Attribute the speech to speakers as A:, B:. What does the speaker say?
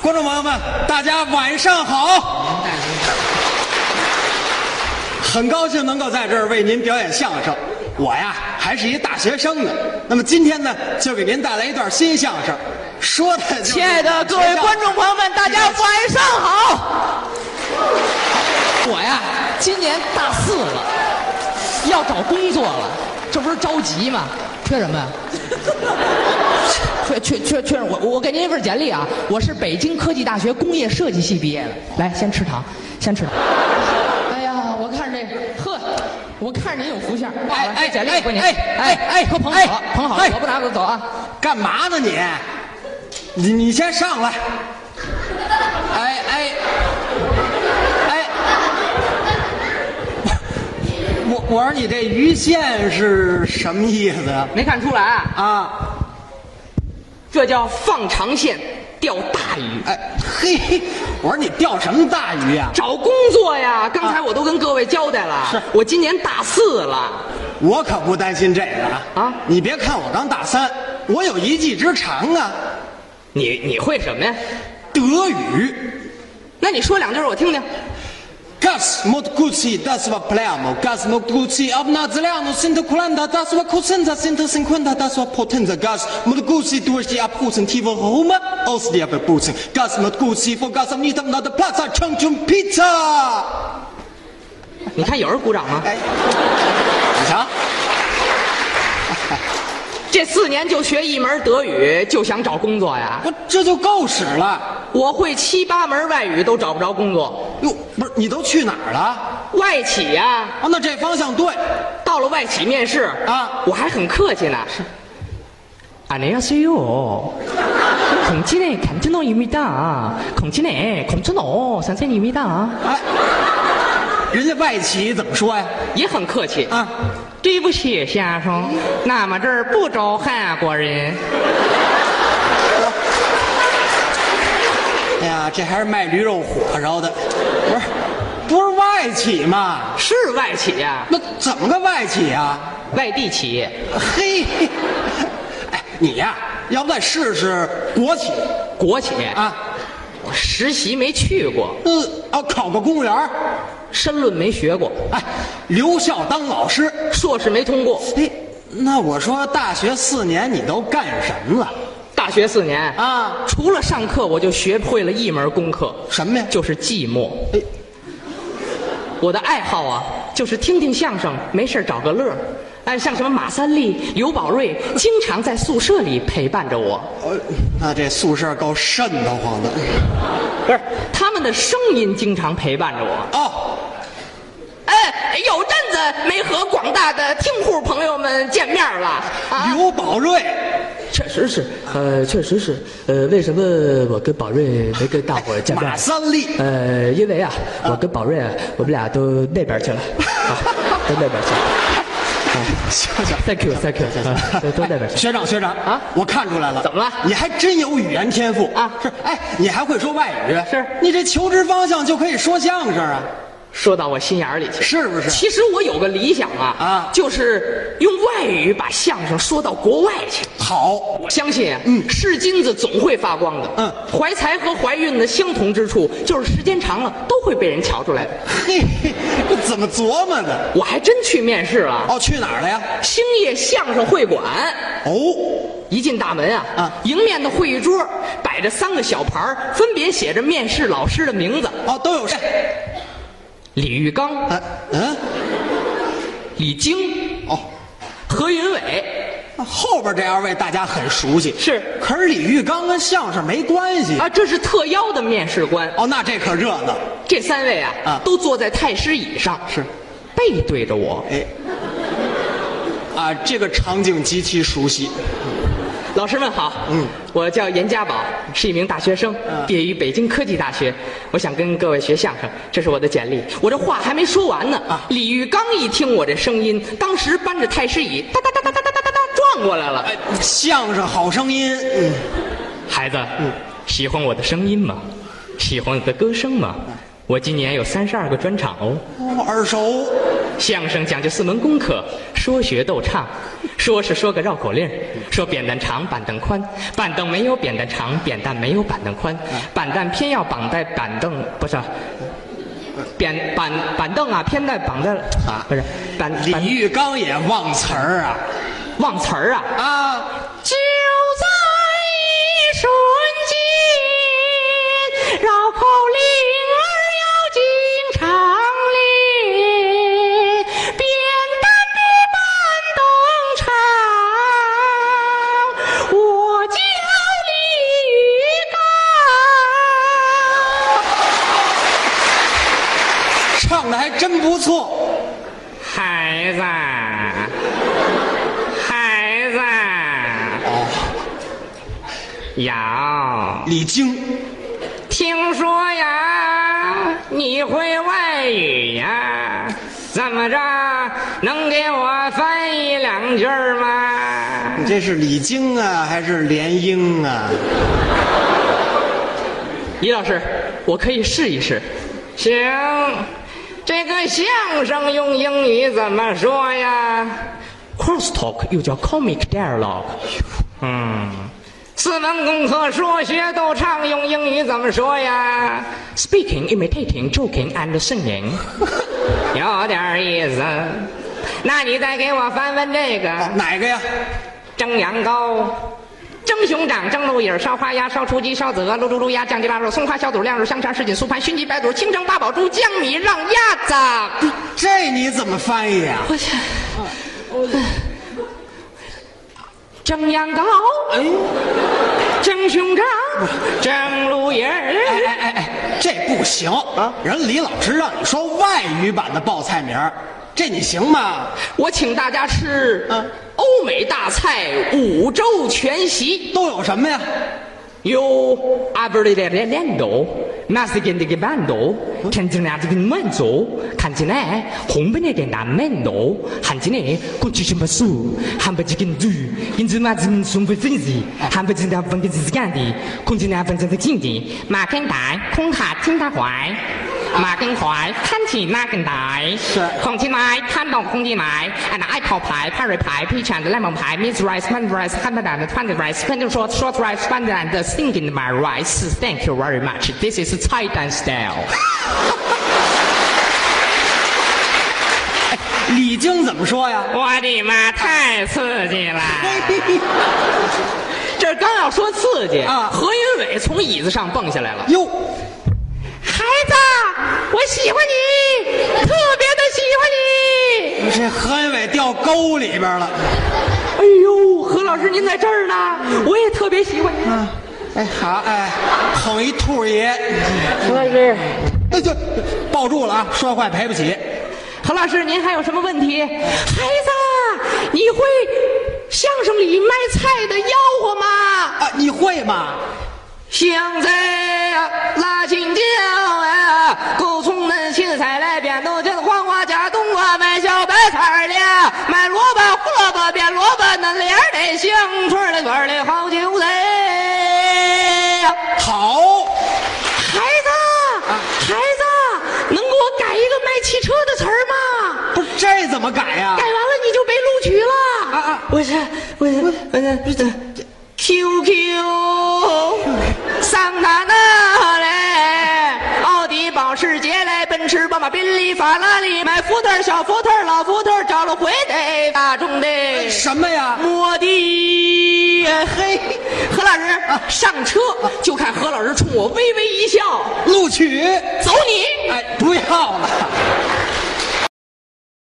A: 观众朋友们，大家晚上好！很高兴能够在这儿为您表演相声。我呀，还是一大学生呢。那么今天呢，就给您带来一段新相声，说的就是
B: 亲爱的各位观众朋友们，大家晚上好！我呀，今年大四了，要找工作了，这不是着急吗？缺什么呀？缺缺缺缺！我我给您一份简历啊，我是北京科技大学工业设计系毕业的。来，先吃糖，先吃糖。哎呀，我看这呵，我看着您有福相。
A: 哎哎
B: 这简历
A: 哎
B: 给您。
A: 哎哎哎
B: 给我捧好
A: 哎
B: 了，捧好了
A: 哎，
B: 我不拿走走啊。
A: 干嘛呢你？你你先上来。哎哎哎！我我说你这鱼线是什么意思啊？
B: 没看出来啊？
A: 啊，
B: 这叫放长线钓大鱼。
A: 哎嘿，我说你钓什么大鱼啊呀、
B: 找工作呀，刚才我都跟各位交代了，
A: 是
B: 我今年大四了，
A: 我可不担心这个啊！
B: 啊
A: 你别看我刚大三，我有一技之长啊，
B: 你你会什么呀？
A: 德语。
B: 那你说两句我听听。
A: Das muss gut sein, das war Plamo. Das muss gut sein, ob nach Zelano sind Kulanda, das war Kusenza, sind das in Quanta, das war Potenza. Das muss gut sein, durch die Abhusen, tiefe Rume, aus der Bebusen. Das muss gut sein, vor Gas am Nicht, am Nade Platz, hat Chung Chung Pizza.
B: 你看有人鼓掌吗？
A: 哎，你瞧，
B: 这四年就学一门德语，就想找工作呀？
A: 我这就够使了。
B: 我会七八门外语都找不着工作，
A: 哟，不是，你都去哪儿了？啊，
B: 外企呀、
A: 哦那这方向对。
B: 到了外企面试
A: 啊
B: 我还很客气呢。是。안녕하세요孔진의 감춘호입니다.孔진의 감춘호 선생님입니다.
A: 哎，人家外企怎么说呀？
B: 也很客气
A: 啊，
B: 对不起，先生，俺们这儿不招韩国人。
A: 哎呀，这还是卖驴肉火烧的，不是，不是外企吗？
B: 是外企呀、
A: 那怎么个外企啊？
B: 外地企业，
A: 嘿，哎，你呀、要不再试试国企
B: 国企。
A: 啊？
B: 我实习没去过，
A: 嗯，啊，考个公务员儿，
B: 申论没学过，
A: 哎，留校当老师。
B: 硕士没通过。
A: 哎，那我说大学四年你都干什么了？
B: 大学四年
A: 啊
B: 除了上课，我就学会了一门功课，
A: 什么呀？
B: 就是寂寞
A: 哎。
B: 我的爱好啊，就是听听相声，没事儿找个乐儿。哎，像什么马三立、刘宝瑞，经常在宿舍里陪伴着我。
A: 呃，那这宿舍够瘆得慌的。
B: 不是，他们的声音经常陪伴着我。
A: 哦，
B: 哎，有阵子没和广大的听户朋友们见面了啊。
A: 刘宝瑞，
B: 确实是，呃，确实是，呃，为什么我跟宝瑞没跟大伙儿见面
A: 马？三立。
B: 呃，因为啊，我跟宝瑞啊，我们俩都那边去了，啊， 都那边去了。
A: 行行，
B: Thank you，Thank you，啊 都都那边去了。
A: 学长，学长
B: 啊
A: 我看出来了，
B: 怎么了
A: 你还真有语言天赋
B: 啊
A: 是，哎，你还会说外语，
B: 是
A: 你这求职方向就可以说相声啊，
B: 说到我心眼儿里去。
A: 是不是？
B: 其实我有个理想啊，
A: 啊
B: 就是用外语把相声说到国外去。
A: 好，
B: 我相信，
A: 嗯
B: 嗯，是金子总会发光的。
A: 嗯
B: 嗯，怀才和怀孕的相同之处，就是时间长了都会被人瞧出来的。
A: 嘿嘿，这怎么琢磨的？
B: 我还真去面试了，
A: 哦，去哪儿了呀？
B: 兴业相声会馆。
A: 哦，
B: 一进大门啊，
A: 啊
B: 迎面的会议桌摆着三个小牌儿分别写着面试老师的名字：
A: 哦，都有谁？
B: 李玉刚、
A: 啊，嗯，
B: 李菁、
A: 哦，
B: 何云伟。
A: 那啊后边这二位大家很熟悉，
B: 是
A: 可是李玉刚跟相声没关系。
B: 啊，这是特邀的面试官。
A: 哦，那这可热闹，
B: 这三位啊，
A: 啊
B: 都坐在太师椅上，
A: 是
B: 背对着我。
A: 哎，啊，这个场景极其熟悉。
B: 老师们好，
A: 嗯
B: 嗯，我叫严家宝，是一名大学生，毕业于北京科技大学。我想跟各位学相声，这是我的简历。我这话还没说完呢，
A: 啊
B: 李玉刚一听我这声音，当时搬着太师椅，哒哒哒哒哒哒哒哒哒撞过来了。
A: 哎，相声好声音，嗯。
B: 孩子，喜欢我的声音吗？
A: 嗯
B: 喜欢我的歌声吗？我今年有三十二个专场哦，
A: 哦，耳熟，
B: 相声讲究四门功课：说学逗唱。说是说个绕口令儿，说扁担长，板凳宽，板凳没有扁担长，扁担没有板凳宽，板担偏要绑在板凳，不是。扁板板凳啊，偏在绑在啊，不是板板
A: 李玉刚也忘词儿啊
B: 忘词儿啊，
A: 啊！
B: 就在一瞬间，绕口令儿要经常练，扁担比板凳长，我叫李鱼缸。
A: 唱的还真不错。
B: 孩子，孩子，
A: 哦，
B: 有。
A: 李菁，
B: 听说呀，你会外语呀？怎么着，能给我翻译两句儿吗？
A: 你这是李菁啊，还是莲英啊？
B: 李老师，我可以试一试。行，这个相声用英语怎么说呀？Cross talk 又叫 comic dialogue。嗯，四门功课说学逗唱用英语怎么说呀？Speaking, imitating, joking and singing，有点意思。那你再给我翻翻这个。
A: 哦哪个呀？
B: 蒸羊羔，蒸熊掌，蒸鹿尾，烧花鸭，烧雏鸡，烧子鹅，卤猪猪鸭，酱鸡腊肉，松花小肚，晾肉香肠，什锦酥盘，熏鸡白肚，清蒸八宝猪，江米让鸭子。
A: 这你怎么翻译啊？
B: 我去，蒸羊羔，
A: 哎，
B: 蒸熊掌，蒸鹿尾
A: 哎
B: 儿。
A: 哎哎哎，这不行啊！人李老师让你说外语版的报菜名儿，这你行吗？
B: 我请大家吃
A: 嗯
B: 欧美大菜五洲全席。
A: 都有什么呀？
B: 有阿布里的连连斗，马斯根的给板斗，看见那这个慢走，看见那红本的给南门斗，看见那过去什么树，看不见根柱，因此嘛真从不真实，看不见那分个是干的，看见那分真是真的，马根大，空卡听他怀。马根怀，看起那根来，
A: 是
B: 空气来，看懂空气来，俺那爱跑牌，派瑞牌，屁产的烂蒙牌，miss rice，man rice，汉蛋的饭的 rice，跟着说 short rice，饭蛋的 singing my rice，thank you very much，this is 菜单 style。
A: 李菁怎么说呀？
B: 我的妈，太刺激了！这刚要说刺激
A: 啊
B: 何云伟从椅子上蹦下来了。
A: 哟，
B: 孩子，我喜欢你，特别的喜欢你。
A: 这何云伟掉沟里边了。
B: 哎呦，何老师您在这儿呢，我也特别喜欢您。
A: 啊，哎好，哎，捧一兔爷，
B: 何老师，
A: 那就抱住了啊，摔坏赔不起。
B: 何老师您还有什么问题？孩子，你会相声里卖菜的吆喝吗？
A: 啊，你会吗？
B: 香菜呀，辣青椒呀，够葱嫩青菜来扁豆筋，黄瓜加冬瓜，买小白菜的，买萝卜胡萝卜变萝卜，嫩莲儿的香椿的卷儿的好韭菜呀。
A: 好，
B: 孩子，孩子，能给我改一个卖汽车的词儿吗？
A: 不是这怎么改呀、
B: 改完了你就被录取了。
A: 啊啊！
B: 我是我是我是呃这 QQ 桑塔纳嘞，奥迪、保时捷嘞，奔驰、宝马、宾利、法拉利，买福特、小福特、老福特，找了回得大众的
A: 哎什么呀？
B: 摩的。
A: 嘿，啊
B: 何老师上车就看何老师冲我微微一笑。
A: 录取。啊哎